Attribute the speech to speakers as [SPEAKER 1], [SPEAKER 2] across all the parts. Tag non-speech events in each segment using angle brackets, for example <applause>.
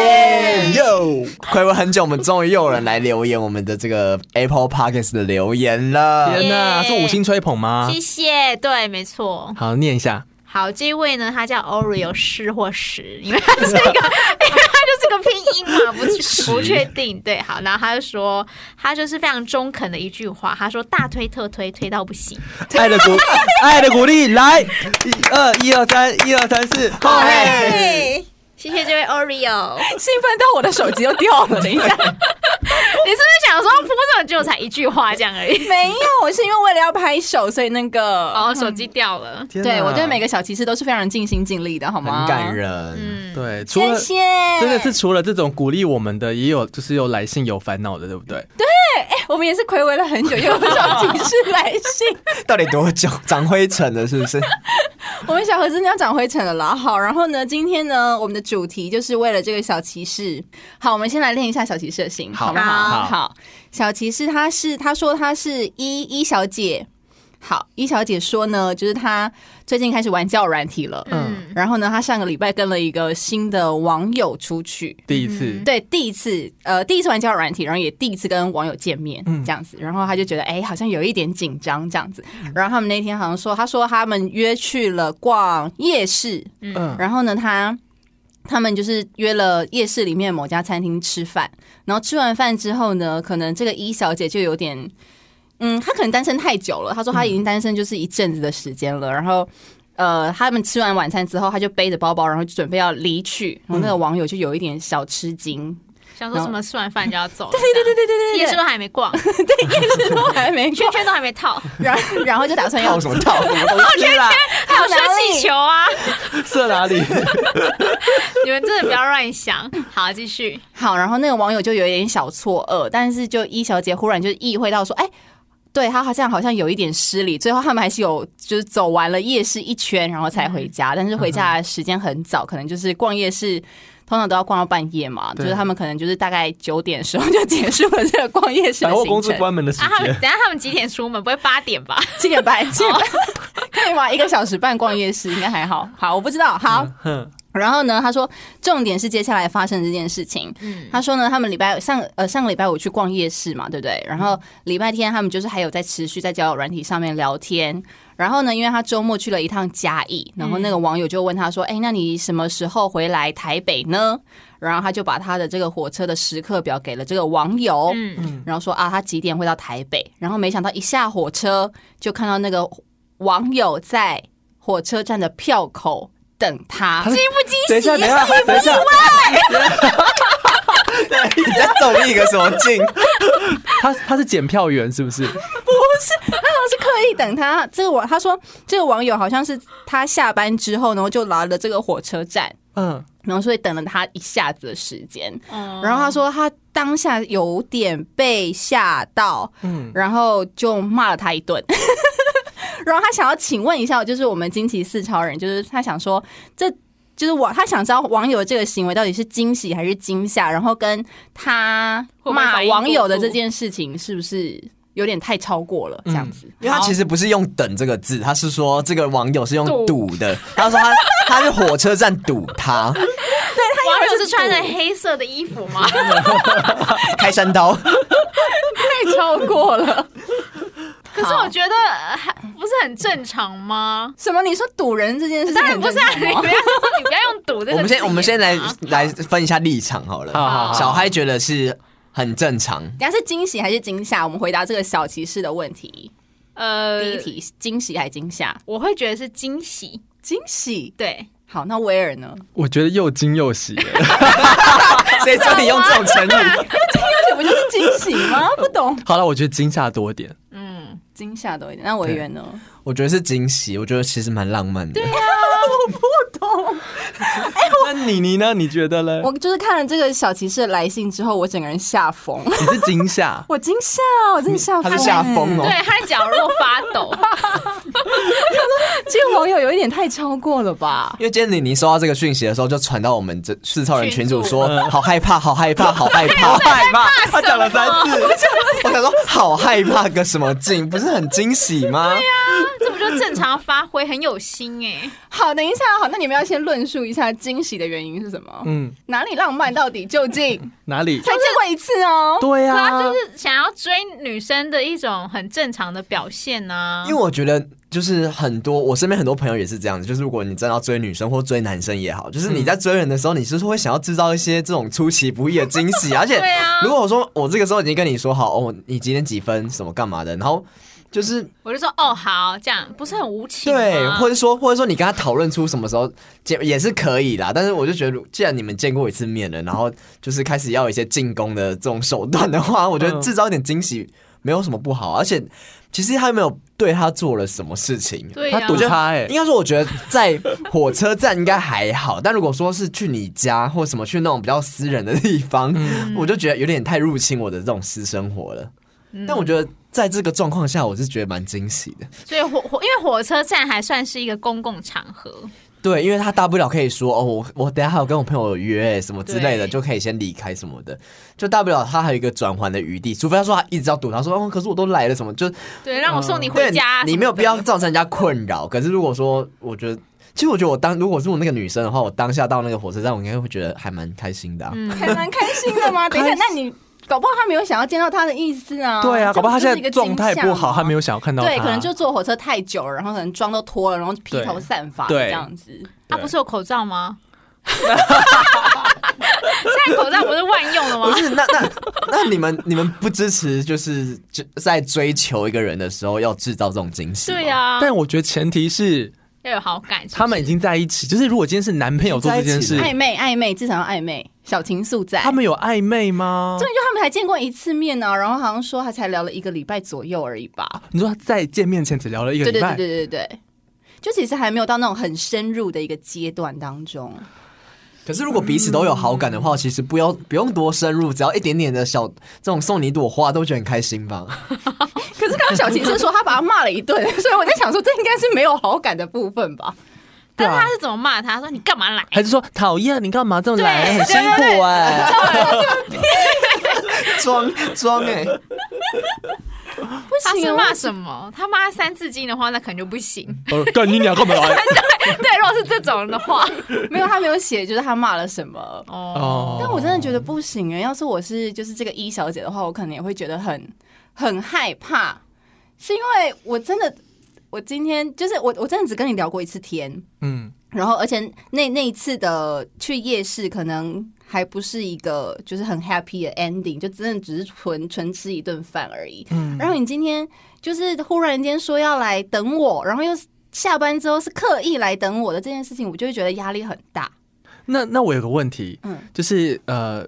[SPEAKER 1] 耶！
[SPEAKER 2] 哟，
[SPEAKER 1] 暌违很久，我们终于又有人来留言我们的这个 Apple Podcast 的留言了。
[SPEAKER 2] 天哪，是五星吹捧吗？
[SPEAKER 3] 谢谢，对，没错。
[SPEAKER 2] 好，念一下。
[SPEAKER 3] 好，这一位呢，他叫 Oreo 是或十，因为他
[SPEAKER 1] <laughs>
[SPEAKER 3] 是一个，因为他就是个拼音嘛，不
[SPEAKER 2] 十
[SPEAKER 3] 不确定。对，好，然后他就说，他就是非常中肯的一句话，他说大推特推推到不行，
[SPEAKER 2] 爱的鼓，爱的鼓励，来，一二一二三，一二三四，后哦嘿，
[SPEAKER 4] 哎
[SPEAKER 3] 对，谢谢这位
[SPEAKER 1] <laughs>
[SPEAKER 3] Oreo。
[SPEAKER 4] 兴奋到我的手机都掉了。等一下，
[SPEAKER 3] 你是不是想说铺这只有才一句话这样而已？
[SPEAKER 4] <laughs> 没有，我是因为为了要拍手，所以那个，
[SPEAKER 3] 哦，手机掉了。
[SPEAKER 2] 天哪
[SPEAKER 4] 对我对每个小骑士都是非常尽心尽力的，好吗？
[SPEAKER 1] 很感，人，
[SPEAKER 3] 嗯，
[SPEAKER 2] 对，除
[SPEAKER 4] 谢
[SPEAKER 2] 了
[SPEAKER 4] 谢。
[SPEAKER 2] 真的是除了这种鼓励我们的，也有就是有来信有烦恼的，对不对？
[SPEAKER 4] 哎我们也是暌违了很久，又有小骑士来信。
[SPEAKER 1] 到底多久？长灰尘了是不是？
[SPEAKER 4] <laughs> 我们小盒子要长灰尘了啦。好，然后呢，今天呢，我们的主题就是为了这个小骑士。好，我们先来练一下小骑士的心，
[SPEAKER 2] 好
[SPEAKER 4] 不好？
[SPEAKER 2] 好
[SPEAKER 4] 好，小骑士他是他说他是一一小姐。好，一小姐说呢，就是她最近开始玩交友软体了。
[SPEAKER 3] 嗯，
[SPEAKER 4] 然后呢，她上个礼拜跟了一个新的网友出去，
[SPEAKER 2] 第一 <laughs> 次，
[SPEAKER 4] 对，第一次，呃，第一次玩交友软体，然后也第一次跟网友见面，
[SPEAKER 2] 嗯
[SPEAKER 4] 这样子，然后他就觉得，哎、好像有一点紧张这样子。然后他们那天好像说，他说他们约去了逛夜市，
[SPEAKER 2] 嗯，
[SPEAKER 4] 然后呢，他他们就是约了夜市里面某家餐厅吃饭，然后吃完饭之后呢，可能这个一小姐就有点，嗯，她可能单身太久了，她说她已经单身就是一阵子的时间了，然后。呃，他们吃完晚餐之后，她就背着包包，然后就准备要离去。然后那个网友就有一点小吃惊，
[SPEAKER 3] 想说什么吃完饭就要走了，
[SPEAKER 4] 对对对对对对，
[SPEAKER 3] 夜市都还没逛，
[SPEAKER 4] 对夜市都还没去
[SPEAKER 3] 圈，圈都还没套，
[SPEAKER 4] 然后然后就打算要
[SPEAKER 1] 套什么套？
[SPEAKER 4] <laughs>
[SPEAKER 1] 什么东西啦？
[SPEAKER 3] 还有射气球啊！
[SPEAKER 2] 射哪里？
[SPEAKER 1] <laughs>
[SPEAKER 3] 你们真的不要乱想。好，继续。
[SPEAKER 4] 好，然后那个网友就有一点小错愕，但是就一小姐忽然就意会到说，哎、对她好像好像有一点失礼，最后他们还是有就是走完了夜市一圈，然后才回
[SPEAKER 2] 嗯
[SPEAKER 4] 家，但是回家的时间很早，可能就是逛夜市，通常都要逛到半夜嘛，就
[SPEAKER 2] 对
[SPEAKER 4] 是他们可能就是大概九点时候就结束了这个逛夜市
[SPEAKER 2] 百
[SPEAKER 4] 的
[SPEAKER 2] 货
[SPEAKER 4] 行
[SPEAKER 2] 公司
[SPEAKER 4] 程，
[SPEAKER 2] 关门的时
[SPEAKER 3] 啊，他们
[SPEAKER 2] 间
[SPEAKER 3] 等。一下他们几点出门？不会八点吧？
[SPEAKER 4] 七
[SPEAKER 3] <laughs>
[SPEAKER 4] 点半，七点半 <laughs> 可以吗？一个小时半逛夜市应该还好，好，我不知道，好，
[SPEAKER 2] 哼，
[SPEAKER 4] 然后呢，他说重点是接下来发生这件事情。
[SPEAKER 3] 嗯
[SPEAKER 4] 他说呢，他们礼拜上呃上个礼拜五去逛夜市嘛，对不
[SPEAKER 3] 嗯
[SPEAKER 4] 对？然后礼拜天他们就是还有在持续在交友软体上面聊天。然后呢，因为他周末去了一趟嘉义，然后那个网友就问他说：“
[SPEAKER 3] 嗯
[SPEAKER 4] 哎、那你什么时候回来台北呢？”然后他就把他的这个火车的时刻表给了这个网友。
[SPEAKER 3] 嗯，
[SPEAKER 4] 然后说啊，他几点会到台北？然后没想到一下火车就看到那个网友在火车站的票口等他，
[SPEAKER 3] 惊不惊
[SPEAKER 2] 等一下，等一下，等一下，
[SPEAKER 1] <laughs> 你在走一个什么劲？
[SPEAKER 2] 他他是检票员是不是？
[SPEAKER 4] 是刻意等他。这个网他说这个网友好像是他下班之后，然后就来了这个火车站，
[SPEAKER 2] 嗯，
[SPEAKER 4] 然后所以等了他一下子的时间。
[SPEAKER 3] 哦
[SPEAKER 4] 然后他说他当下有点被吓到，
[SPEAKER 2] 嗯
[SPEAKER 4] 然后就骂了他一顿。 <laughs> 然后他想要请问一下，就是我们惊奇四超人，就是他想说，这就是我他想知道网友这个行为到底是惊喜还是惊吓，然后跟他
[SPEAKER 3] 会不会
[SPEAKER 4] 骂
[SPEAKER 3] 反应过
[SPEAKER 4] 网友的
[SPEAKER 3] 度嗯
[SPEAKER 4] 这件事情是不是有点太超过了这样
[SPEAKER 3] <laughs>
[SPEAKER 4] 子？
[SPEAKER 1] 因为他其
[SPEAKER 4] 实
[SPEAKER 1] 实不是用“等”这个字，他是说这个网友是用“
[SPEAKER 3] 堵
[SPEAKER 1] 堵”的。他说他他去火车站堵他，
[SPEAKER 3] 网友是穿着黑色的衣服
[SPEAKER 4] <laughs>
[SPEAKER 3] 吗？
[SPEAKER 1] 开山刀。
[SPEAKER 4] 太超过了。
[SPEAKER 3] 可是我觉得呃还不是很正常吗？
[SPEAKER 4] 什么？你说堵人这件事情
[SPEAKER 3] 当然
[SPEAKER 4] 很
[SPEAKER 3] 不
[SPEAKER 4] 正
[SPEAKER 3] 是啊，
[SPEAKER 4] 常哦
[SPEAKER 3] 你
[SPEAKER 4] 吗？
[SPEAKER 3] 不要说你不要用赌这个字眼啊。
[SPEAKER 1] 我们先我们先来来分一下立场好了。
[SPEAKER 2] 好好好，
[SPEAKER 1] 小嗨觉得是很正常，
[SPEAKER 4] 人家是惊喜还是惊吓？我们回答这个小骑士的问题。
[SPEAKER 3] 呃
[SPEAKER 4] 第一，题，惊喜还是惊吓？
[SPEAKER 3] 我会觉得是惊喜，
[SPEAKER 4] 惊喜。
[SPEAKER 3] 对，
[SPEAKER 4] 好，那威尔呢？
[SPEAKER 2] 我觉得又惊
[SPEAKER 1] <laughs>
[SPEAKER 2] 又喜。
[SPEAKER 1] 谁叫你用这种成语？
[SPEAKER 4] 这不 <laughs> 就是惊喜吗？不懂，
[SPEAKER 2] 好了，我觉得惊吓多一点。
[SPEAKER 3] 嗯，
[SPEAKER 4] 惊吓多一点。那委员呢？
[SPEAKER 1] 我觉得是惊喜，我觉得其实蛮浪漫的。对呀、
[SPEAKER 2] 那妮妮呢？你觉得嘞？
[SPEAKER 4] 我就是看了这个小骑士的来信之后，我整个人吓 <laughs> 疯，，
[SPEAKER 2] 你是惊吓
[SPEAKER 4] <laughs> 我惊吓，我真的吓疯，
[SPEAKER 1] 他是吓疯哦
[SPEAKER 3] 对，他的脚若发抖， <laughs>
[SPEAKER 4] 这个网友有一点太超过了吧？
[SPEAKER 1] 因为今天妮妮收到这个讯息的时候，就传到我们这四超人群组说
[SPEAKER 2] 群组，
[SPEAKER 1] 好害怕，好害怕，好害 <laughs> 怕。
[SPEAKER 2] 害怕， <laughs> 他讲了三次，
[SPEAKER 1] 我想说，好害怕个什么劲？不是很惊喜吗？
[SPEAKER 3] 这不就正常发挥，很有心哎、
[SPEAKER 4] 好，等一下，好，那你们要先论述一下惊喜的原因是什么？
[SPEAKER 2] 嗯，
[SPEAKER 4] 哪里浪漫到底究竟？
[SPEAKER 2] 哪里？
[SPEAKER 4] <laughs> 才见过一次哦。
[SPEAKER 2] 对啊
[SPEAKER 3] 可
[SPEAKER 1] 啊
[SPEAKER 2] 呀
[SPEAKER 3] 他，啊就是想要追女生的一种很正常的表现呐、啊。
[SPEAKER 1] 因为我觉得，就是很多我身边很多朋友也是这样子，就是如果你真的要追女生或追男生也好，就是
[SPEAKER 3] 嗯
[SPEAKER 1] 你在追人的时候，你是会想要制造一些这种出其不意的惊
[SPEAKER 3] <laughs>
[SPEAKER 1] 喜，而且
[SPEAKER 3] 对啊
[SPEAKER 1] 如果我说我这个时候已经跟你说好哦，你几点几分什么干嘛的，然后就是
[SPEAKER 3] 我就说哦好，这样不是很无情吗？
[SPEAKER 1] 对，或者说或者说你跟他讨论出什么时候见也是可以啦，但是我就觉得，如既然你们见过一次面了，然后就是开始要有一些进攻的这种手段的话，我觉得
[SPEAKER 2] 嗯
[SPEAKER 1] 制造一点惊喜没有什么不好，啊而且其实他又没有对他做了什么事情。
[SPEAKER 3] 对啊
[SPEAKER 2] 他
[SPEAKER 3] 呀、
[SPEAKER 2] 堵他哎
[SPEAKER 1] 应，该说，我觉得在火车站应该还好，但如果说是去你家或什么去那种比较私人的地方，我就觉得有点太入侵我的这种私生活了。
[SPEAKER 3] 嗯
[SPEAKER 1] 但我觉得在这个状况下，我是觉得蛮惊喜的。
[SPEAKER 3] 所以火火，因为火车站还算是一个公共场合，
[SPEAKER 1] 对，因为他大不了可以说哦，我我等一下还有跟我朋友约什么之类的，
[SPEAKER 3] 对
[SPEAKER 1] 就可以先离开什么的，就大不了他还有一个转圜的余地，除非他说他一直要堵，他说哦，可是我都来了什么，就
[SPEAKER 3] 对，让我送你
[SPEAKER 1] 嗯对
[SPEAKER 3] 回家、
[SPEAKER 1] 你没有必要。造成人家困扰。可是如果说，我觉得，其实我觉得我当如果是我那个女生的话，我当下到那个火车站，我应该会觉得还蛮开心的、啊。
[SPEAKER 3] 嗯，
[SPEAKER 4] <laughs> 还蛮开心的吗？等一下，那你搞不好他没有想要见到他的意思啊。
[SPEAKER 2] 对啊，搞不好他现在状态不好，他没
[SPEAKER 4] 有。
[SPEAKER 2] 有想要看到他，
[SPEAKER 4] 对，可能就坐火车太久了，然后可能妆都脱了，然后披头散发
[SPEAKER 2] 对
[SPEAKER 4] 这样子。
[SPEAKER 3] 他、啊不是有口
[SPEAKER 1] <laughs>
[SPEAKER 3] 罩吗？现在口罩不是万用的
[SPEAKER 1] 不
[SPEAKER 3] 吗？
[SPEAKER 1] 是，那那那你们你们不支持就是就在追求一个人的时候要制造这种惊喜吗？
[SPEAKER 3] 对啊呀、
[SPEAKER 2] 但我觉得前提是
[SPEAKER 3] 要有好感。
[SPEAKER 2] 他们已经在一起，就是如果今天是男朋友做这件
[SPEAKER 1] 已经
[SPEAKER 2] 事
[SPEAKER 1] 在，
[SPEAKER 4] 暧昧，暧昧，至少要暧昧，小情愫在。
[SPEAKER 2] 他们有暧昧吗
[SPEAKER 4] 对，？就他们才见过一次面呢、然后好像说他才聊了一个礼拜左右而已吧。
[SPEAKER 2] 你说在见面前只聊了一个
[SPEAKER 4] 对
[SPEAKER 2] 礼
[SPEAKER 4] 对
[SPEAKER 2] 拜
[SPEAKER 4] 对，对对对，就其实还没有到那种很深入的一个阶段当中。
[SPEAKER 1] 可是如果彼此都有好感的话，其实不要不用多深入，只要一点点的小这种送你一朵花，都觉得很开心吧？
[SPEAKER 4] 可是刚刚小琴是说他把他骂了一顿， <laughs> 所以我在想说这应该是没有好感的部分吧？
[SPEAKER 1] 啊
[SPEAKER 3] 但是他是怎么骂他？他说你干嘛来？
[SPEAKER 2] 还是说讨厌你干嘛这么来？
[SPEAKER 3] 对
[SPEAKER 2] <laughs> 很辛苦哎、
[SPEAKER 1] 装装哎，
[SPEAKER 4] 不
[SPEAKER 2] 啊
[SPEAKER 3] 他是
[SPEAKER 4] 我
[SPEAKER 3] 骂什么？他骂三字经的话，那可能就不行。
[SPEAKER 2] 哦干你娘干
[SPEAKER 4] <laughs>
[SPEAKER 2] 嘛来？
[SPEAKER 3] 对，如果是这种人
[SPEAKER 1] <laughs>
[SPEAKER 3] 的话，
[SPEAKER 4] 没有，他没有写，就是他骂了什么。
[SPEAKER 3] 哦，
[SPEAKER 2] 哦，
[SPEAKER 4] 但我真的觉得不行哎、要是我是就是这个一小姐的话，我可能也会觉得很很害怕，是因为我真的，我今天就是我我真的只跟你聊过一次天，
[SPEAKER 2] 嗯，
[SPEAKER 4] 然后而且那那一次的去夜市，可能还不是一个就是很 happy 的 ending，就真的只是纯纯吃一顿饭而已。嗯，然后你今天就是忽然间说要来等我，然后又下班之后是刻意来等我的这件事情，我就会觉得压力很大。
[SPEAKER 2] 那那我有个问题，
[SPEAKER 4] 嗯
[SPEAKER 2] 就是呃，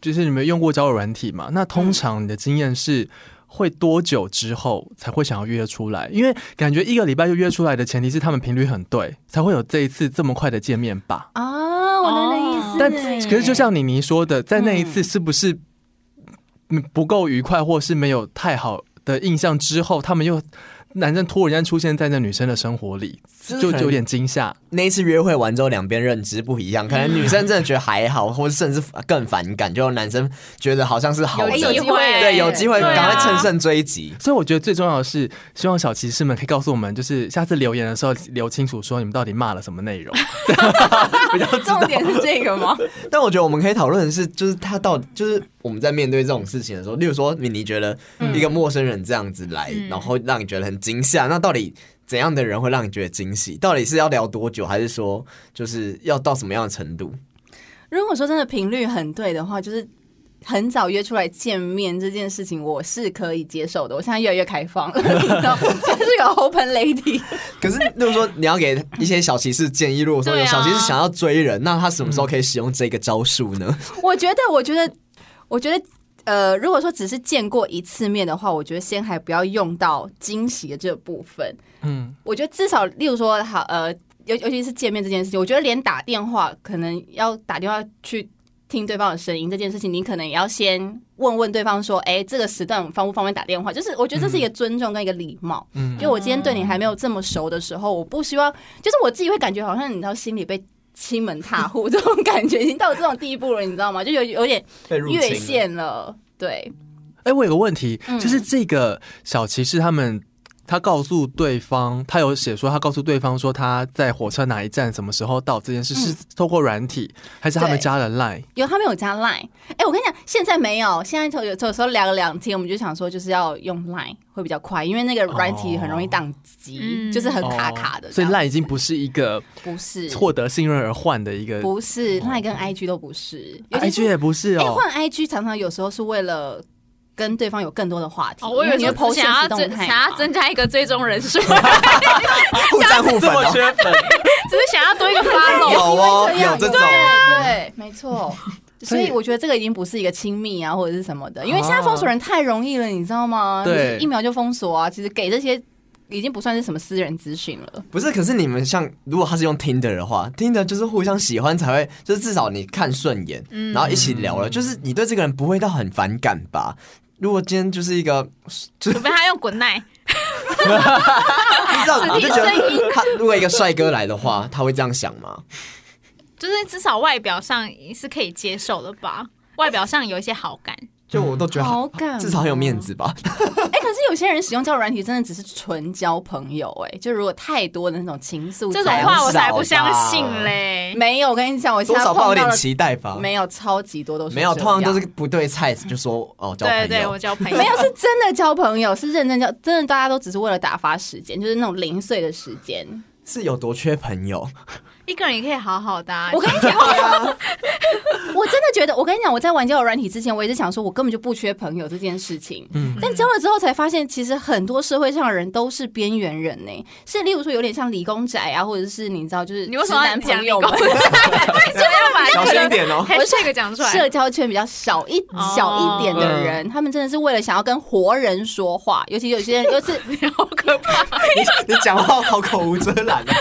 [SPEAKER 2] 就是你们用过交友软体嘛？那通常你的经验是会多久之后才会想要约出来？因为感觉一个礼拜就约出来的前提是他们频率很对，才会有这一次这么快的见面吧？
[SPEAKER 4] 啊，我懂你的意思
[SPEAKER 3] 哦
[SPEAKER 4] 欸。
[SPEAKER 2] 但可是就像妮妮说的，在那一次是不是嗯不够愉快，或是没有太好的印象之后，他们又男生突然间出现在那女生的生活里，就就有点惊吓。
[SPEAKER 1] 那一次约会完之后，两边认知不一样，可能女生真的觉得还好，或者甚至更反感，就男生觉得好像是好
[SPEAKER 3] 有
[SPEAKER 1] 的，
[SPEAKER 3] 机会，
[SPEAKER 1] 对，有机会
[SPEAKER 3] 对啊
[SPEAKER 1] 赶快乘胜追击。
[SPEAKER 2] 所以我觉得最重要的是，希望小骑士们可以告诉我们，就是下次留言的时候留清楚，说你们到底骂了什么内容。
[SPEAKER 4] <laughs> 重点是这个吗？
[SPEAKER 1] 但我觉得我们可以讨论的是，就是他到底就是我们在面对这种事情的时候，例如说你你觉得一个陌生人这样子来，
[SPEAKER 3] 嗯
[SPEAKER 1] 然后让你觉得很惊吓，那到底怎样的人会让你觉得惊喜？到底是要聊多久，还是说就是要到什么样的程度？
[SPEAKER 4] 嗯如果说真的频率很对的话，就是很早约出来见面这件事情，我是可以接受的。我现在越来越开放了，你知道就是有 open lady。
[SPEAKER 1] 可是，例如说你要给一些小骑士建议，如果
[SPEAKER 4] <laughs>
[SPEAKER 1] 说
[SPEAKER 4] 啊
[SPEAKER 1] 有小骑士想要追人，那他什么时候可以使用这个招数呢？
[SPEAKER 4] 我觉得，我觉得，我觉得呃，如果说只是见过一次面的话，我觉得先还不要用到惊喜的这部分。
[SPEAKER 2] 嗯，
[SPEAKER 4] 我觉得至少，例如说，好，呃，尤尤其是见面这件事情，我觉得连打电话，可能要打电话去听对方的声音这件事情，你可能也要先问问对方说，哎，这个时段方不方便打电话？就是我觉得这是一个尊重跟一个礼貌。
[SPEAKER 2] 嗯
[SPEAKER 4] 就我今天对你还没有这么熟的时候，我不希望，就是我自己会感觉好像你知道心里被。欺门踏户这种感觉已经到这种地步了，你知道吗？就有有点
[SPEAKER 1] 被入侵了
[SPEAKER 4] 越线了，对，
[SPEAKER 2] 哎、我有个问题，
[SPEAKER 4] 嗯
[SPEAKER 2] 就是这个小骑士他们，他告诉对方，他有写说他告诉对方说他在火车哪一站什么时候到这件
[SPEAKER 4] 嗯
[SPEAKER 2] 事，是透过软体还是他们
[SPEAKER 4] 对
[SPEAKER 2] 加了 Line？
[SPEAKER 4] 有他们有加 Line，哎、我跟你讲，现在没有，现在有有时候聊了两天，我们就想说就是要用 Line 会比较快，因为那个软体很容易宕机，
[SPEAKER 3] 嗯
[SPEAKER 4] 就是很卡卡的
[SPEAKER 2] 哦
[SPEAKER 4] 这
[SPEAKER 2] 所以
[SPEAKER 4] 样。
[SPEAKER 2] Line 已经不是一个
[SPEAKER 4] 不是
[SPEAKER 2] 获得信任而换的一个
[SPEAKER 4] 不是
[SPEAKER 2] 哦
[SPEAKER 4] Line 跟 IG 都不是，尤其
[SPEAKER 2] ，IG
[SPEAKER 4] 是
[SPEAKER 2] 也不是
[SPEAKER 4] 哎
[SPEAKER 2] 哦。
[SPEAKER 4] 换、IG 常常有时候是为了跟对方有更多的话题，
[SPEAKER 3] 哦，我以为
[SPEAKER 4] 因为你会
[SPEAKER 3] 说
[SPEAKER 4] po 现
[SPEAKER 3] 想
[SPEAKER 4] 实
[SPEAKER 3] 要
[SPEAKER 4] 动
[SPEAKER 3] 增
[SPEAKER 4] 态
[SPEAKER 3] 想
[SPEAKER 4] 嘛
[SPEAKER 3] 要增加一个追踪人数，
[SPEAKER 1] 互赞互
[SPEAKER 4] <laughs>
[SPEAKER 1] 粉哦，
[SPEAKER 2] 缺粉，
[SPEAKER 3] 只是想要多一个
[SPEAKER 1] 有
[SPEAKER 3] follow。
[SPEAKER 1] 哦，
[SPEAKER 4] 因为这样
[SPEAKER 1] 有这种
[SPEAKER 4] 对啊对，没错。所
[SPEAKER 2] 所以
[SPEAKER 4] 以我觉得这个已经不是一个亲密啊，或者是什么的，因为现在封锁人太容易了，你知道吗？
[SPEAKER 2] 对
[SPEAKER 4] 就是一秒就封锁啊，其实给这些已经不算是什么私人资讯
[SPEAKER 1] <laughs>
[SPEAKER 4] 了。
[SPEAKER 1] 不是，可是你们像，如果他是用 Tinder 的话，Tinder 就是互相喜欢才会，就是至少你看顺眼，
[SPEAKER 3] 嗯
[SPEAKER 1] 然后一起聊了，就是你对这个人不会到很反感吧？如果今天就是一个，就是
[SPEAKER 3] 除非他用滚奶，
[SPEAKER 1] 不知道，
[SPEAKER 4] 啊
[SPEAKER 1] 我就觉得
[SPEAKER 3] 是听
[SPEAKER 1] 他如果一个帅哥来的话，他会这样想吗？
[SPEAKER 3] 就是至少外表上是可以接受的吧，外表上有一些好感。
[SPEAKER 1] 就我都觉得
[SPEAKER 4] 好感哦
[SPEAKER 1] 至少很有面子吧。
[SPEAKER 4] 哎、可是有些人使用交友软体真的只是纯交朋友、哎，就如果太多的那种情愫
[SPEAKER 3] 这种
[SPEAKER 4] 在
[SPEAKER 3] 话我才不相信嘞。
[SPEAKER 4] <laughs> 没有，我跟你讲，我
[SPEAKER 1] <laughs>
[SPEAKER 4] 现
[SPEAKER 1] 多
[SPEAKER 4] 在
[SPEAKER 1] 少
[SPEAKER 4] 碰
[SPEAKER 1] 抱
[SPEAKER 4] 到
[SPEAKER 1] 有点
[SPEAKER 4] 了
[SPEAKER 1] 期待吧。
[SPEAKER 4] 没有超级多都是
[SPEAKER 1] 啊没有，
[SPEAKER 4] 这
[SPEAKER 1] 通常
[SPEAKER 4] 样
[SPEAKER 1] 都是不对菜就说哦交朋
[SPEAKER 3] 对
[SPEAKER 1] 友。
[SPEAKER 3] 对，我交朋友
[SPEAKER 4] <laughs> 没有是真的交朋友，是认真交，真的大家都只是为了打发时间，就是那种零碎的时间。
[SPEAKER 1] 是有多缺朋友？ <laughs>
[SPEAKER 3] 一个人也可以好好的啊。
[SPEAKER 4] 我跟你讲， <laughs> 我真的觉得，我跟你讲，我在玩交友软体之前，我一直想说，我根本就不缺朋友这件事情。
[SPEAKER 2] 嗯
[SPEAKER 4] 但交了之后才发现，其实很多社会上的人都是边缘人呢、是例如说有点像理工宅啊，或者是你知道，就是
[SPEAKER 3] 你为
[SPEAKER 4] 直
[SPEAKER 3] 什么要 <laughs>
[SPEAKER 4] 男
[SPEAKER 3] 讲
[SPEAKER 4] 朋
[SPEAKER 3] 理
[SPEAKER 4] 友
[SPEAKER 3] 工
[SPEAKER 4] 们
[SPEAKER 3] 宅？为什么要把
[SPEAKER 1] 小
[SPEAKER 3] 那
[SPEAKER 1] 心一
[SPEAKER 3] 个
[SPEAKER 1] 点哦。
[SPEAKER 3] hashtag 讲出
[SPEAKER 4] 社
[SPEAKER 3] 来？
[SPEAKER 4] 交圈比较小一
[SPEAKER 3] 哦
[SPEAKER 4] 小一点的人，他们真的是为了想要跟活人说话，尤其有些人，尤其
[SPEAKER 3] 你好可怕！
[SPEAKER 1] 你你讲话好口无遮拦啊！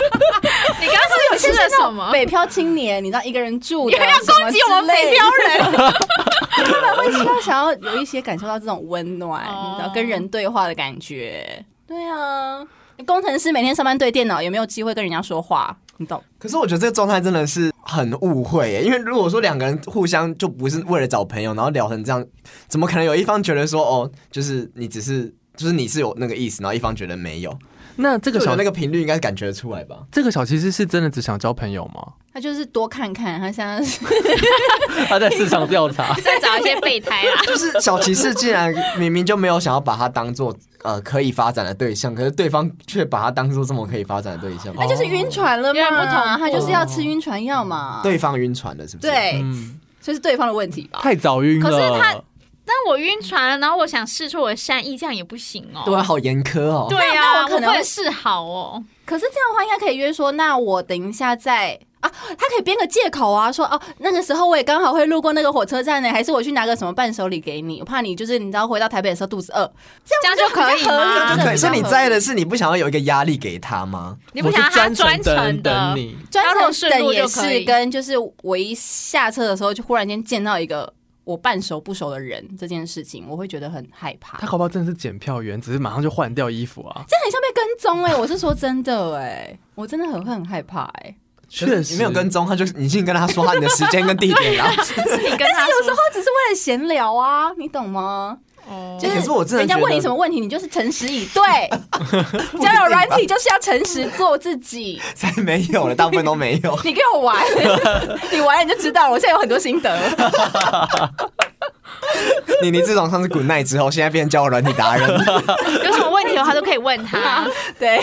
[SPEAKER 3] 你刚
[SPEAKER 4] 啊
[SPEAKER 3] 刚是不是吃了什么？
[SPEAKER 4] 北漂青年，你知道一个人住的，
[SPEAKER 3] 你要攻击我们北漂人？
[SPEAKER 4] 根本会需要想要有一些感受到这种温暖，
[SPEAKER 3] 哦，
[SPEAKER 4] 你知道跟人对话的感觉。对啊，工程师每天上班对电脑，也没有机会跟人家说话，你懂？
[SPEAKER 1] 可是我觉得这个状态真的是很误会耶，因为如果说两个人互相就不是为了找朋友，然后聊成这样，怎么可能有一方觉得说哦，就是你只是就是你是有那个意思，然后一方觉得没有？
[SPEAKER 2] 那这
[SPEAKER 1] 这
[SPEAKER 2] 个小
[SPEAKER 1] 那个频率应该感觉得出来吧？
[SPEAKER 2] 这个小骑士是真的只想交朋友吗？
[SPEAKER 4] 他就是多看看，他现在是
[SPEAKER 2] 他在市场调查
[SPEAKER 3] 再找一些备胎
[SPEAKER 1] <laughs>
[SPEAKER 3] 啊啦。
[SPEAKER 1] 就是小骑士竟然明明就没有想要把他当做呃可以发展的对象，可是对方却把他当做这么可以发展的对象，
[SPEAKER 4] 他就是晕船了
[SPEAKER 3] 因为
[SPEAKER 4] 嘛，
[SPEAKER 3] 不同步
[SPEAKER 4] 他就是要吃晕船药
[SPEAKER 1] 哦
[SPEAKER 4] 嘛。
[SPEAKER 1] 对方晕船了，是不是？，
[SPEAKER 4] 对，
[SPEAKER 2] <laughs> 嗯，
[SPEAKER 4] 这是对方的问题吧？
[SPEAKER 2] 太早晕了。
[SPEAKER 3] 可是他但我晕船了，然后我想试出我的善意，这样也不行哦。
[SPEAKER 1] 对啊，好严苛哦。
[SPEAKER 3] 对
[SPEAKER 4] 那
[SPEAKER 3] 呀，
[SPEAKER 4] 那我可能
[SPEAKER 3] 不会示好哦。
[SPEAKER 4] 可是这样的话，应该可以约说，那我等一下再啊，他可以编个借口啊，说哦，那个时候我也刚好会路过那个火车站呢，还是我去拿个什么伴手礼给你，我怕你就是你知道回到台北的时候肚子饿，
[SPEAKER 3] 这样就可以
[SPEAKER 4] 这
[SPEAKER 3] 吗
[SPEAKER 4] 样
[SPEAKER 1] 就
[SPEAKER 4] 就？
[SPEAKER 1] 可
[SPEAKER 4] 很
[SPEAKER 1] 以，所以你
[SPEAKER 4] 不合
[SPEAKER 1] 在意的是你不想要有一个压力给他吗？
[SPEAKER 3] 你不
[SPEAKER 2] 我是
[SPEAKER 3] 想要他
[SPEAKER 2] 专
[SPEAKER 3] 专
[SPEAKER 2] 等
[SPEAKER 3] 程的
[SPEAKER 2] 等？你，
[SPEAKER 4] 专
[SPEAKER 3] 当然
[SPEAKER 4] 程
[SPEAKER 3] 顺
[SPEAKER 4] 等
[SPEAKER 3] 路就
[SPEAKER 4] 也
[SPEAKER 3] 可
[SPEAKER 4] 是
[SPEAKER 3] 以
[SPEAKER 4] 跟就是我一下车的时候，就忽然间见到一个我半熟不熟的人这件事情，我会觉得很害怕。
[SPEAKER 2] 他搞不好真的是检票员，只是马上就换掉衣服啊。
[SPEAKER 4] 这很像被跟踪哎、我是说真的哎、我真的很会很害怕哎、
[SPEAKER 2] 确实
[SPEAKER 1] 你没有跟踪，他就是你已经跟他说他你的时间跟地点了。
[SPEAKER 3] 是 <laughs> 你跟他 <laughs>
[SPEAKER 4] 但是有时
[SPEAKER 3] 说
[SPEAKER 4] 候，哦只是为了闲聊啊，你懂吗？
[SPEAKER 3] 哦
[SPEAKER 4] 就
[SPEAKER 1] 可是我真的
[SPEAKER 4] 人家
[SPEAKER 1] 觉得
[SPEAKER 4] 问你什么问题，你就是诚实以
[SPEAKER 1] <laughs>
[SPEAKER 4] 对。交友软体就是要诚实做自
[SPEAKER 1] <laughs>
[SPEAKER 4] 己。。
[SPEAKER 1] 才没有
[SPEAKER 3] <laughs>
[SPEAKER 1] 了，大部分都没有 <laughs>
[SPEAKER 4] 你给我玩，你玩了你就知道了。我现在有很多心得，
[SPEAKER 1] 你你自从上次滚奈之后，现在变交友软体达
[SPEAKER 3] <laughs>
[SPEAKER 1] 人。
[SPEAKER 3] 有什么问题的话都可以问他。
[SPEAKER 4] 对，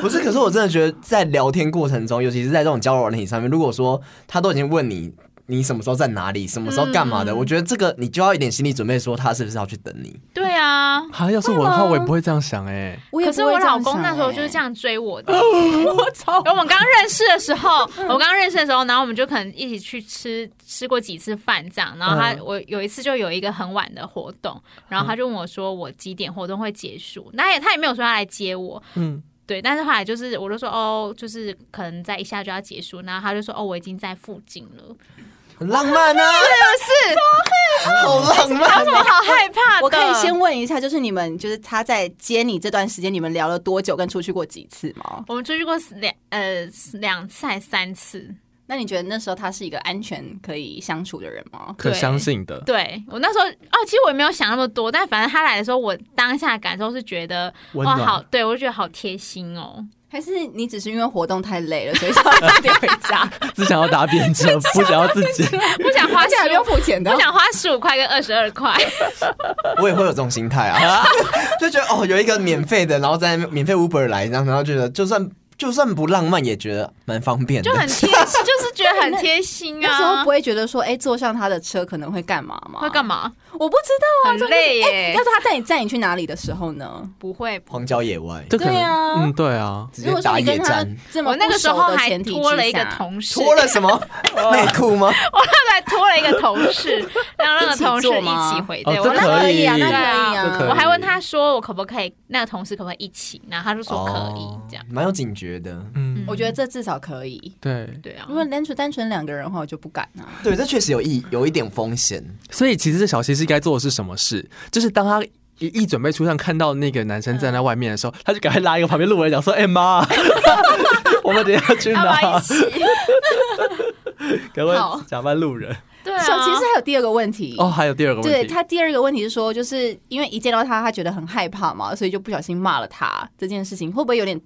[SPEAKER 1] 不是，可是我真的觉得在聊天过程中，尤其是在这种交友软体上面，如果说他都已经问你你什么时候在哪里，什么时候干
[SPEAKER 3] 嗯
[SPEAKER 1] 嘛的。我觉得这个你就要一点心理准备，说他是不是要去等你。
[SPEAKER 3] <laughs> 对啊。
[SPEAKER 2] 哈，要是我的话，我也不会这样想哎、
[SPEAKER 4] 我也
[SPEAKER 3] 可
[SPEAKER 4] 不
[SPEAKER 3] 是
[SPEAKER 4] 会
[SPEAKER 3] 我
[SPEAKER 4] 这样
[SPEAKER 3] 老公
[SPEAKER 4] 想
[SPEAKER 3] 那时候
[SPEAKER 4] 欸
[SPEAKER 3] 就是这样追我的。 <laughs> 我操！我们刚认识的时候， <laughs> 我刚认识的时候，然后我们就可能一起去吃吃过几次饭这样。然后他
[SPEAKER 2] 嗯
[SPEAKER 3] 我有一次就有一个很晚的活动，然后他就问我说我几点活动会结束，那也他也没有说他来接我。
[SPEAKER 2] 嗯，
[SPEAKER 3] 对，但是后来就是，我就说哦，就是可能在一下就要结束，然后他就说哦，我已经在附近
[SPEAKER 4] <laughs>
[SPEAKER 3] 了，
[SPEAKER 1] 很浪漫啊，
[SPEAKER 3] 是
[SPEAKER 4] 哎
[SPEAKER 1] 好浪漫
[SPEAKER 3] 我好害怕的。
[SPEAKER 4] 我可以先问一下，就是你们就是他在接你这段时间，你们聊了多久，跟出去过几次吗？
[SPEAKER 3] 我们出去过两呃两次还三次，
[SPEAKER 4] 那你觉得那时候他是一个安全可以相处的人吗？
[SPEAKER 2] 可
[SPEAKER 3] 对
[SPEAKER 2] 相信的。
[SPEAKER 3] 对我那时候哦，其实我也没有想那么多，但反正他来的时候，我当下感受是觉得
[SPEAKER 2] 温
[SPEAKER 3] 哇，
[SPEAKER 2] 暖
[SPEAKER 3] 好，对我就觉得好贴心哦。
[SPEAKER 4] 还是你只是因为活动太累了，所以想要早点回 <laughs> 家，
[SPEAKER 2] <laughs> 只想要搭便
[SPEAKER 3] <laughs>
[SPEAKER 2] 车，不想要自己。
[SPEAKER 3] 不想花
[SPEAKER 4] <laughs> 而且还不啊
[SPEAKER 3] 十
[SPEAKER 4] 用
[SPEAKER 3] 五，
[SPEAKER 4] 付钱的
[SPEAKER 3] 不。想花十五块跟二十二块，
[SPEAKER 1] 我也会有这种心态
[SPEAKER 3] <laughs>
[SPEAKER 1] 啊，就觉得哦，有一个免费的，然后在那边免费 Uber 来，然后然后觉得就算就算不浪漫，也觉得蛮方便的
[SPEAKER 3] 就。很贴，心，就是觉得很贴心
[SPEAKER 4] <laughs> 那时候
[SPEAKER 3] 啊
[SPEAKER 4] 不。会觉得说，哎、坐上他的车可能会干嘛吗？
[SPEAKER 3] 会干？嘛？
[SPEAKER 4] 我不知道啊，
[SPEAKER 3] 很累
[SPEAKER 4] 就是
[SPEAKER 3] 耶
[SPEAKER 4] 哎要是他带你载你去哪里的时候呢？
[SPEAKER 3] 不会，
[SPEAKER 1] 荒郊野外，
[SPEAKER 2] 这可能
[SPEAKER 4] 对啊
[SPEAKER 2] 嗯，对啊，
[SPEAKER 1] 直
[SPEAKER 4] 如
[SPEAKER 1] 接
[SPEAKER 4] 果说
[SPEAKER 1] 打
[SPEAKER 4] 你
[SPEAKER 1] 野
[SPEAKER 4] 跟他
[SPEAKER 1] 战，
[SPEAKER 4] 这么
[SPEAKER 3] 我那个时候
[SPEAKER 4] 不熟的
[SPEAKER 3] 还
[SPEAKER 4] 前提
[SPEAKER 3] 拖了
[SPEAKER 4] 之
[SPEAKER 3] 一个
[SPEAKER 4] 下
[SPEAKER 3] 同事，
[SPEAKER 1] 脱了什么
[SPEAKER 3] <laughs>
[SPEAKER 1] 内裤吗？
[SPEAKER 3] 还拖了一个同
[SPEAKER 4] <laughs>
[SPEAKER 3] 事，让那个同事
[SPEAKER 4] 一起坐
[SPEAKER 3] 一
[SPEAKER 4] 吗
[SPEAKER 3] 起回。
[SPEAKER 2] 哦
[SPEAKER 3] 对，
[SPEAKER 2] 这
[SPEAKER 3] 我那
[SPEAKER 4] 那
[SPEAKER 3] 时候
[SPEAKER 4] 可以啊，
[SPEAKER 2] 可以
[SPEAKER 4] 那可以
[SPEAKER 2] 这可
[SPEAKER 4] 啊。
[SPEAKER 2] 以
[SPEAKER 3] 我还问他说，我可不可以？那个同事可不可以一起？然后他就说可
[SPEAKER 1] 哦
[SPEAKER 3] 以，这样。
[SPEAKER 1] 蛮有警觉的。
[SPEAKER 2] 嗯，
[SPEAKER 4] 我觉得这至少可以。
[SPEAKER 2] 对。
[SPEAKER 3] 对啊
[SPEAKER 4] 如，果单纯单纯两个人的话，我就不敢啊。
[SPEAKER 1] 对，这确实有一有一点风险。
[SPEAKER 2] 所以其实这小西是该做的是什么事？就是当他一一准备出站，看到那个男生站在外面的时
[SPEAKER 3] 嗯
[SPEAKER 2] 候，他就赶快拉一个旁边路人讲说：“
[SPEAKER 3] <laughs>
[SPEAKER 2] 哎、妈， <laughs> 我们等一下去
[SPEAKER 3] 啊要不要
[SPEAKER 2] 哪
[SPEAKER 3] 一？起？
[SPEAKER 2] <laughs> 赶快
[SPEAKER 4] 好
[SPEAKER 2] 假扮路人。
[SPEAKER 3] 对
[SPEAKER 4] 小
[SPEAKER 3] 啊，
[SPEAKER 4] 其实还有第二个问
[SPEAKER 3] 嗯
[SPEAKER 4] 题”
[SPEAKER 2] 哦，还有第二个问题，
[SPEAKER 4] 对他第二个问题是说，就是因为一见到他，他觉得很害怕嘛，所以就不小心骂了他这件事情，会不会有点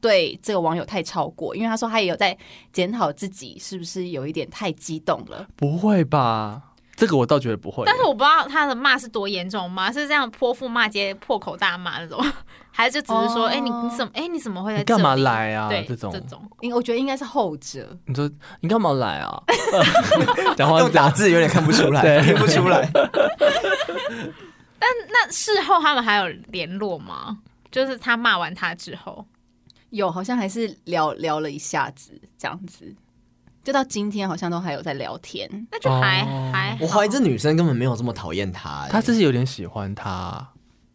[SPEAKER 4] 对这个网友太超过？因为他说他也有在检讨自己是不是有一点太激动了。
[SPEAKER 2] 不会吧？这个我倒觉得不会。
[SPEAKER 3] 但是我不知道他的骂是多严重骂，是这样泼妇骂街、破口大骂那种， <laughs> 还是就只是说，
[SPEAKER 4] 哦
[SPEAKER 3] 哎、你你怎么，哎、你怎么会在
[SPEAKER 2] 你
[SPEAKER 3] 这
[SPEAKER 2] 干嘛
[SPEAKER 3] 里
[SPEAKER 2] 来啊？
[SPEAKER 3] 对，
[SPEAKER 2] 这种
[SPEAKER 3] 这，种，
[SPEAKER 4] 应我觉得应该是后者，
[SPEAKER 2] 你说你干嘛来
[SPEAKER 3] <laughs>
[SPEAKER 2] 啊？讲话
[SPEAKER 1] 用
[SPEAKER 2] 是这样
[SPEAKER 1] 打字有点看不出来，
[SPEAKER 2] 哦对
[SPEAKER 1] 听不出
[SPEAKER 2] <laughs>
[SPEAKER 1] 来。
[SPEAKER 3] 那事后他们还有联络吗？就是他骂完他之后，
[SPEAKER 4] 有好像还是聊聊了一下子这样子，就到今天好像都还有在聊天。
[SPEAKER 3] 那就还、
[SPEAKER 2] 哦
[SPEAKER 3] 还好，
[SPEAKER 1] 我怀疑这女生根本没有这么讨厌他、欸
[SPEAKER 2] 他只是有点喜欢他，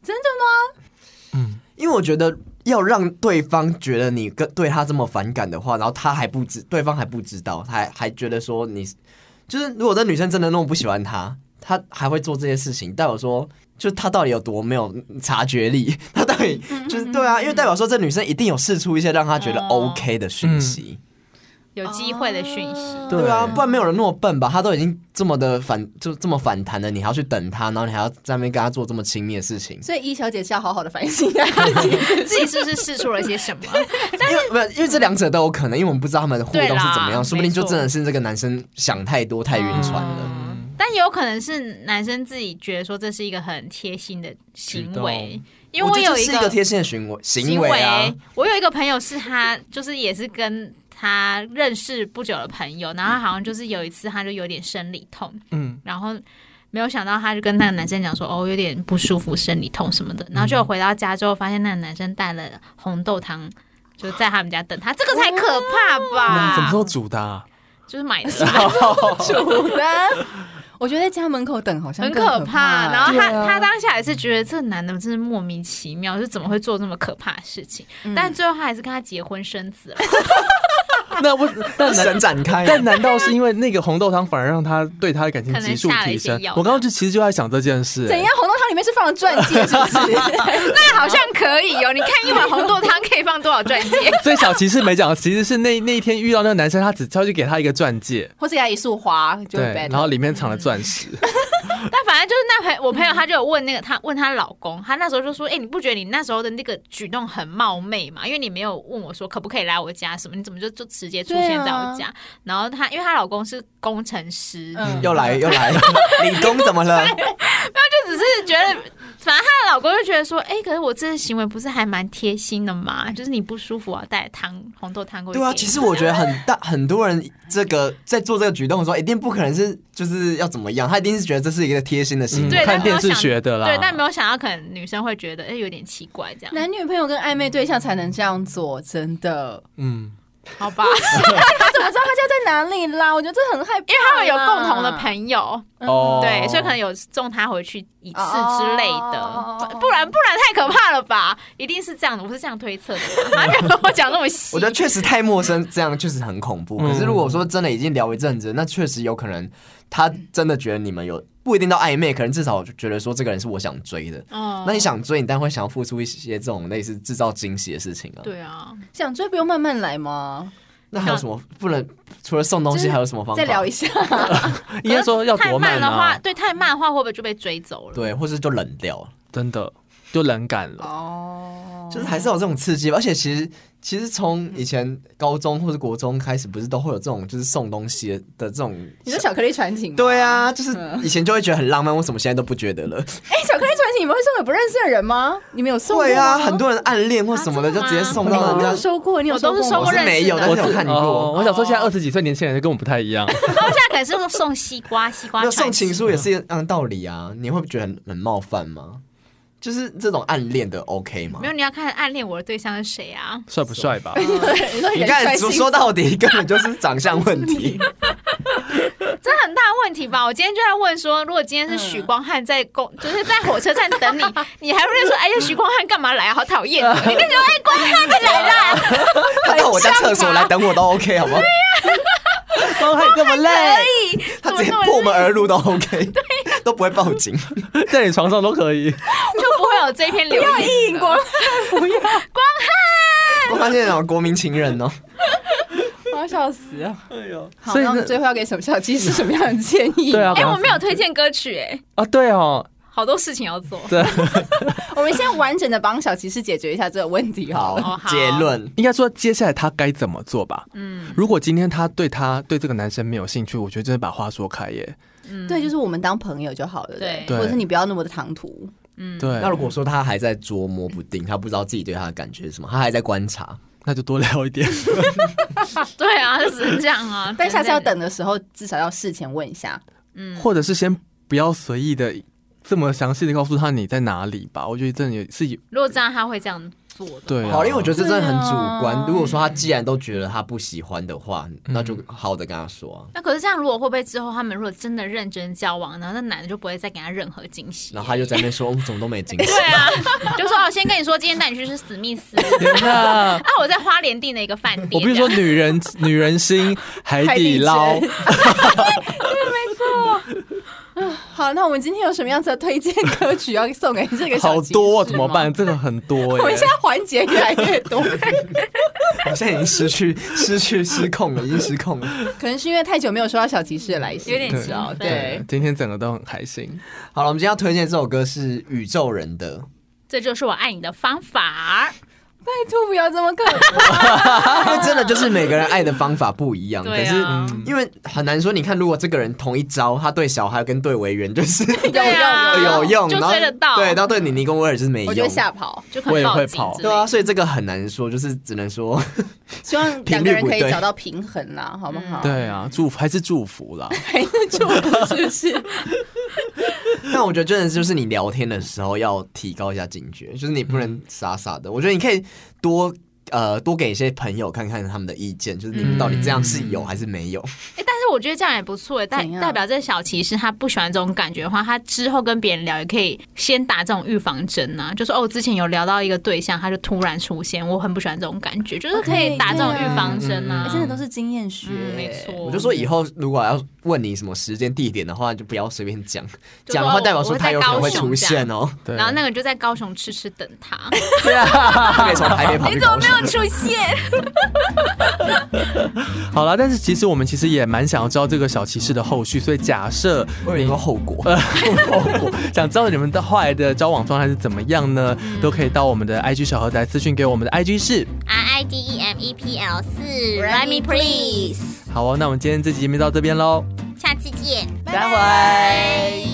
[SPEAKER 2] 真的吗？嗯，
[SPEAKER 1] 因为我觉得要让对方觉得你跟对他这么反感的话，然后他还不知，对方还不知道，还还觉得说你就是，如果这女生真的那么不喜欢他，他还会做这些事情，代表说。就是他到底有多没有察觉力？ <laughs> 他到底就是对啊，因为代表说这女生一定有试出一些让他觉得
[SPEAKER 3] 哦
[SPEAKER 1] OK 的讯息，
[SPEAKER 3] 有机会的讯息。
[SPEAKER 4] 哦
[SPEAKER 1] 嗯对啊，
[SPEAKER 2] 对
[SPEAKER 1] 不然没有人那么笨吧？他都已经这么的反，就这么反弹了，你还要去等他，然后你还要在那边跟他做这么亲密的事情，
[SPEAKER 4] 所以一小姐是要好好的反省一下自己。
[SPEAKER 3] 自己是不是试出了些什么？
[SPEAKER 1] 因为没有，因为这两者都有可能，因为我们不知道他们的互动是
[SPEAKER 3] 对啦
[SPEAKER 1] 怎么样，说不定就
[SPEAKER 3] 没错
[SPEAKER 1] 真的是这个男生想太多、太晕船了。
[SPEAKER 3] 嗯但也有可能是男生自己觉得说这是一个很贴心的行为，因为
[SPEAKER 1] 我觉得
[SPEAKER 3] 有
[SPEAKER 1] 这
[SPEAKER 3] 一
[SPEAKER 1] 是一个贴心的行为行为啊，
[SPEAKER 3] 我有一个朋友是他，就是也是跟他认识不久的朋友，然后他好像就是有一次他就有点生理痛，
[SPEAKER 2] 嗯，
[SPEAKER 3] 然后没有想到他就跟那个男生讲说哦有点不舒服，生理痛什么的，
[SPEAKER 1] 嗯
[SPEAKER 3] 然后就回到家之后发现那个男生带了红豆汤。就在他们家等他，这个才可怕
[SPEAKER 2] 那你什么
[SPEAKER 3] 吧
[SPEAKER 2] 时？候煮的啊？
[SPEAKER 3] 就是买的吧，
[SPEAKER 4] 主人，我觉得在家门口等好像
[SPEAKER 3] 很
[SPEAKER 4] 更
[SPEAKER 3] 可怕。然后他、
[SPEAKER 2] 对啊
[SPEAKER 3] 他当下也是觉得这男的真是莫名其妙，就怎么会做这么可怕的事情？
[SPEAKER 4] 嗯
[SPEAKER 3] 但最后他还是跟他结婚生子了。<laughs>
[SPEAKER 2] 那我但难
[SPEAKER 1] 神展开。
[SPEAKER 2] 但难道是因为那个红豆汤反而让他对他的感情急速
[SPEAKER 3] 可能下了
[SPEAKER 2] 提
[SPEAKER 3] 一些
[SPEAKER 2] 升
[SPEAKER 3] 药？
[SPEAKER 2] 我刚刚就其实就在想这件事、
[SPEAKER 4] 怎样？红豆汤里面是放了钻戒，是不是？
[SPEAKER 3] <laughs> 那好像可以哦。你看一碗红豆汤可以放多少钻戒？
[SPEAKER 2] <laughs> 所以欸小琪是没讲，其实是那那一天遇到那个男生，他只他就给他一个钻戒，
[SPEAKER 4] <laughs> 或是给他一束花，就
[SPEAKER 2] 对
[SPEAKER 4] 会，被
[SPEAKER 2] 然后里面藏了钻石，
[SPEAKER 3] 但反正就是那朋我朋友，他就有问那个他问她老公，他那时候就说：“哎、你不觉得你那时候的那个举动很冒昧吗？因为你没有问我说可不可以来我家什么，你怎么就就直接出现在我家？”然后她因为她老公是工程师，<laughs>
[SPEAKER 4] 嗯
[SPEAKER 1] 又来又来，理工怎么了？
[SPEAKER 3] 就只是觉得，反正她她老公就觉得说，哎、可是我这个行为不是还蛮贴心的嘛？就是你不舒服，我要带汤红豆汤过去
[SPEAKER 1] 对
[SPEAKER 3] 给你。
[SPEAKER 1] 啊，其实我觉得很大很多人这个在做这个举动的时候，一定不可能是就是要怎么样，他一定是觉得这是一个贴心的行
[SPEAKER 2] 嗯
[SPEAKER 3] 对
[SPEAKER 1] 为。
[SPEAKER 2] 看电视学的啦。
[SPEAKER 3] 对，但没有想到可能女生会觉得，哎、有点奇怪这样，
[SPEAKER 4] 男女朋友跟暧昧对象才能这样做，
[SPEAKER 3] <laughs>
[SPEAKER 4] 真的。
[SPEAKER 2] 嗯，
[SPEAKER 3] 好吧？ <laughs>
[SPEAKER 4] 他怎么知道他家在哪里啦？我觉得这很害怕啦，
[SPEAKER 3] 因为他们有共同的朋友，
[SPEAKER 4] 嗯
[SPEAKER 2] 哦，
[SPEAKER 3] 对，所以可能有送她回去一次之类
[SPEAKER 4] 哦
[SPEAKER 3] 的，不不然不然太可怕了吧？一定是这样的，我是这样推测的吧，还没有跟我讲那么细。
[SPEAKER 1] 我觉得确实太陌生，这样确实很恐怖。
[SPEAKER 2] 嗯
[SPEAKER 1] 可是如果说真的已经聊一阵子，那确实有可能他真的觉得你们有不一定到暧昧，可能至少觉得说这个人是我想追的。
[SPEAKER 3] 哦
[SPEAKER 1] 那你想追，你当然会想要付出一些这种类似制造惊喜的事情啊。，
[SPEAKER 3] 对啊，
[SPEAKER 4] 想追不用慢慢来吗？
[SPEAKER 1] 那还有什么不能除了送东
[SPEAKER 4] 就
[SPEAKER 1] 西，
[SPEAKER 4] 是
[SPEAKER 1] 还有什么方法？
[SPEAKER 4] 再聊一下，
[SPEAKER 2] 应该说要
[SPEAKER 3] 太
[SPEAKER 2] 多
[SPEAKER 3] 慢的话，
[SPEAKER 2] 啊，
[SPEAKER 3] 对，太慢的话会不会就被追走了？
[SPEAKER 1] 对，或是就冷掉了。
[SPEAKER 2] 真的就冷感了。
[SPEAKER 4] 哦，
[SPEAKER 1] 就是还是有这种刺激吧，而且其实其实从以前高中或者国中开始，不是都会有这种就是送东西的这种。
[SPEAKER 4] 你说巧克力传情？
[SPEAKER 1] 对，啊，就是
[SPEAKER 4] 嗯
[SPEAKER 1] 以前就会觉得很浪漫，为什么现在都不觉得了？
[SPEAKER 4] 哎，巧克力传情你们会送给不认识的人吗？你们有送过吗？
[SPEAKER 1] 对啊，很多人暗恋或什么的
[SPEAKER 3] 啊
[SPEAKER 1] 就
[SPEAKER 3] 真的
[SPEAKER 1] 直接
[SPEAKER 3] 吗
[SPEAKER 1] 送
[SPEAKER 4] 你有
[SPEAKER 1] 到
[SPEAKER 4] 没有
[SPEAKER 1] 人家。
[SPEAKER 4] 收过？你有
[SPEAKER 3] 我都是
[SPEAKER 4] 过
[SPEAKER 3] 收
[SPEAKER 1] 我
[SPEAKER 4] 吗
[SPEAKER 1] 是
[SPEAKER 3] 认识
[SPEAKER 1] 没有，
[SPEAKER 3] 的
[SPEAKER 1] 但是
[SPEAKER 2] 我
[SPEAKER 1] 有
[SPEAKER 2] 是
[SPEAKER 1] 看
[SPEAKER 2] 哦，
[SPEAKER 1] 过。
[SPEAKER 2] 我想说现在二十几岁年轻人跟我们不太一样，
[SPEAKER 3] 他们现在可能是不是送西瓜，西瓜
[SPEAKER 1] 那
[SPEAKER 3] 传
[SPEAKER 1] 送
[SPEAKER 3] 情
[SPEAKER 1] 情书也是一样的道理啊，你会不会觉得很很冒犯吗？就是这种暗恋的 OK 吗
[SPEAKER 3] 没？有，你要看暗恋我的对象是谁啊？
[SPEAKER 2] <laughs> 帅不帅吧？
[SPEAKER 4] 你说
[SPEAKER 1] 你
[SPEAKER 4] 人
[SPEAKER 1] 看
[SPEAKER 4] 帅
[SPEAKER 1] 说
[SPEAKER 4] 性
[SPEAKER 1] 说到底根本就是长相问
[SPEAKER 3] <laughs>
[SPEAKER 1] 题。
[SPEAKER 3] 这很大问题吧？我今天就在问说，如果今天是许光汉在公，就是在火车站等你，你还会说，哎呀，许光汉干嘛来啊？好讨厌！你跟你说，哎，光汉你来啦，
[SPEAKER 1] 他到我家厕所来等我都 OK 好
[SPEAKER 3] <laughs>
[SPEAKER 1] 不好？
[SPEAKER 2] <laughs> 光汉这么
[SPEAKER 3] 可
[SPEAKER 2] 累，
[SPEAKER 3] 以，
[SPEAKER 1] 他
[SPEAKER 3] 怎么
[SPEAKER 1] 直接
[SPEAKER 3] 这么
[SPEAKER 1] 破门而入都 OK，都 <laughs> 不会报警。
[SPEAKER 2] <laughs> 在你床上都可以。
[SPEAKER 3] 就不会有这篇留言？
[SPEAKER 4] 意淫光汉，不要，
[SPEAKER 1] 我发现哦，国民情人
[SPEAKER 3] <laughs>
[SPEAKER 1] 哦，
[SPEAKER 4] 我要笑死了。
[SPEAKER 2] 哎呦，
[SPEAKER 4] 好，
[SPEAKER 2] 所以
[SPEAKER 4] 那我们
[SPEAKER 2] 那
[SPEAKER 4] 最后要给小小鸡是什么样的建议？
[SPEAKER 2] <laughs> 对啊
[SPEAKER 3] 哎，我没有推荐歌曲，哎，
[SPEAKER 2] 啊，对哦，
[SPEAKER 3] 好多事情要做。
[SPEAKER 2] 对，
[SPEAKER 4] 我们先完整的帮小骑士解决一下这个问题好了。
[SPEAKER 3] 哦好
[SPEAKER 1] 结论
[SPEAKER 2] 应该说接下来他该怎么做吧？
[SPEAKER 3] 嗯，
[SPEAKER 2] 如果今天他对他对这个男生没有兴趣，我觉得真的把话说开耶。
[SPEAKER 4] 对，就是我们当朋友就好了，
[SPEAKER 3] 对
[SPEAKER 2] 对
[SPEAKER 4] 或者是你不要那么的唐突。
[SPEAKER 3] 嗯
[SPEAKER 2] 对，
[SPEAKER 1] 那如果说他还在捉摸不定，他不知道自己对他的感觉是什么，他还在观察，
[SPEAKER 2] 那就多聊一 <laughs> 点。
[SPEAKER 3] 对啊，就只能这样啊。
[SPEAKER 4] <laughs> 但下次要
[SPEAKER 3] 真的
[SPEAKER 4] 等的时候，至少要事前问一下。
[SPEAKER 2] 或者是先不要随意的这么详细的告诉他你在哪里吧。我觉得这也是有
[SPEAKER 3] 如果这样，他会这样做的。
[SPEAKER 2] 对啊、
[SPEAKER 1] 好，因为我觉得这真的很主观。
[SPEAKER 4] 对啊
[SPEAKER 1] 如果说他既然都觉得他不喜欢的话，
[SPEAKER 2] 嗯
[SPEAKER 1] 那就好好的跟他说啊。
[SPEAKER 3] 那可是这样，如果会不会之后他们如果真的认真交往，然后那男的就不会再给他任何惊喜？
[SPEAKER 1] 然后他就在那边说，嗯，怎么都没惊喜。 <laughs>
[SPEAKER 3] 对啊，就说哦，先跟你说，今天带你去吃史密斯啊，
[SPEAKER 2] <laughs> 天哪！
[SPEAKER 3] 我在花莲订了一个饭店。
[SPEAKER 2] 我必须说，女人女人心海底捞
[SPEAKER 4] <laughs> 海，好，那我们今天有什么样子的推荐歌曲要送给这个小
[SPEAKER 2] 好
[SPEAKER 4] 骑士
[SPEAKER 2] 多、
[SPEAKER 4] 吗
[SPEAKER 2] 啊、怎么？办？这个很多
[SPEAKER 4] 我们
[SPEAKER 2] 耶
[SPEAKER 4] 现。在环节越来越
[SPEAKER 2] <laughs>
[SPEAKER 4] 多，
[SPEAKER 1] 我现在已经失去、 <laughs> 失去、失控了，已经失控了。
[SPEAKER 4] 可能是因为太久没有收到小骑士的来信，
[SPEAKER 3] 有点
[SPEAKER 4] 你知
[SPEAKER 3] 兴
[SPEAKER 4] 道
[SPEAKER 3] 奋
[SPEAKER 4] 对。，
[SPEAKER 2] 今天整个都很开心。
[SPEAKER 1] 好了，我们今天要推荐这首歌是宇宙人
[SPEAKER 3] <laughs>
[SPEAKER 1] 的，
[SPEAKER 3] 这就是我爱你的方法。
[SPEAKER 4] 拜托不啊要这么可
[SPEAKER 2] 哎
[SPEAKER 4] 怕，
[SPEAKER 1] 因为真的就是每个人爱的方法不一样，可
[SPEAKER 3] 对
[SPEAKER 1] 是
[SPEAKER 3] 啊，
[SPEAKER 1] 因为很难说，你看，如果这个人同一招，他对小孩跟对维园就是
[SPEAKER 3] <laughs> 对啊
[SPEAKER 1] 有有用，
[SPEAKER 3] 就
[SPEAKER 1] 然后
[SPEAKER 3] 追得到
[SPEAKER 1] 对，然后对你尼跟威尔就是没用。
[SPEAKER 4] 我就会吓跑。
[SPEAKER 3] 就可能
[SPEAKER 2] 我也
[SPEAKER 3] 报
[SPEAKER 2] 会
[SPEAKER 3] 警
[SPEAKER 2] 跑
[SPEAKER 3] 之类
[SPEAKER 1] 对
[SPEAKER 3] 的
[SPEAKER 1] 啊，所以这个很难说，就是只能说
[SPEAKER 4] 希望两个
[SPEAKER 1] 频率
[SPEAKER 4] 人
[SPEAKER 1] 不
[SPEAKER 4] 可以
[SPEAKER 1] 对
[SPEAKER 4] 找到平衡啦，好不好？， <laughs>
[SPEAKER 2] 对啊，祝福还是祝福啦。
[SPEAKER 4] 还是祝福是不是？
[SPEAKER 1] <laughs> 但我觉得真的就是你聊天的时候要提高一下警觉，就是你不
[SPEAKER 3] 嗯
[SPEAKER 1] 能傻傻的。我觉得你可以多呃多给一些朋友看看他们的意见，就是你们到底这样是有还是没有。
[SPEAKER 3] 哎，但是我觉得这样也不错，代
[SPEAKER 4] 怎样
[SPEAKER 3] 代表这小骑士他不喜欢这种感觉的话，他之后跟别人聊也可以先打这种预防针啊，就说哦，我之前有聊到一个对象，他就突然出现，我很不喜欢这种感觉，就是可以
[SPEAKER 4] OK，
[SPEAKER 3] 打这种
[SPEAKER 4] 对啊
[SPEAKER 3] 预防针啊
[SPEAKER 4] 哎， <laughs> 真的都是经验学，
[SPEAKER 3] 嗯没错。
[SPEAKER 1] 我就说以后如果要问你什么时间地点的话，就不要随便讲，
[SPEAKER 3] 就说哦
[SPEAKER 1] 讲的话代表说他有可能会
[SPEAKER 3] 我在高雄
[SPEAKER 1] 出现哦，
[SPEAKER 2] 对，
[SPEAKER 3] 然后那个人就在高雄痴痴等他，
[SPEAKER 1] 他可以从台北跑去
[SPEAKER 3] <laughs> 你怎
[SPEAKER 1] 高
[SPEAKER 3] 么没
[SPEAKER 1] 雄。
[SPEAKER 3] 有出现？
[SPEAKER 2] 好啦，但是其实我们其实也蛮想要知道这个小骑士的后续，所以假设
[SPEAKER 1] 我有
[SPEAKER 2] 你
[SPEAKER 1] 说后果。
[SPEAKER 2] <laughs> 后果，想知道你们的后来的交往状态是怎么样呢？都可以到我们的 IG 小盒子来私讯给我们的 IG 是。
[SPEAKER 5] R I D E M E P L 四
[SPEAKER 4] Run
[SPEAKER 5] ，Run
[SPEAKER 4] me
[SPEAKER 5] me please，
[SPEAKER 2] 好哦，那我们今天这集节目到这边喽。
[SPEAKER 5] 下次见。
[SPEAKER 2] 待会。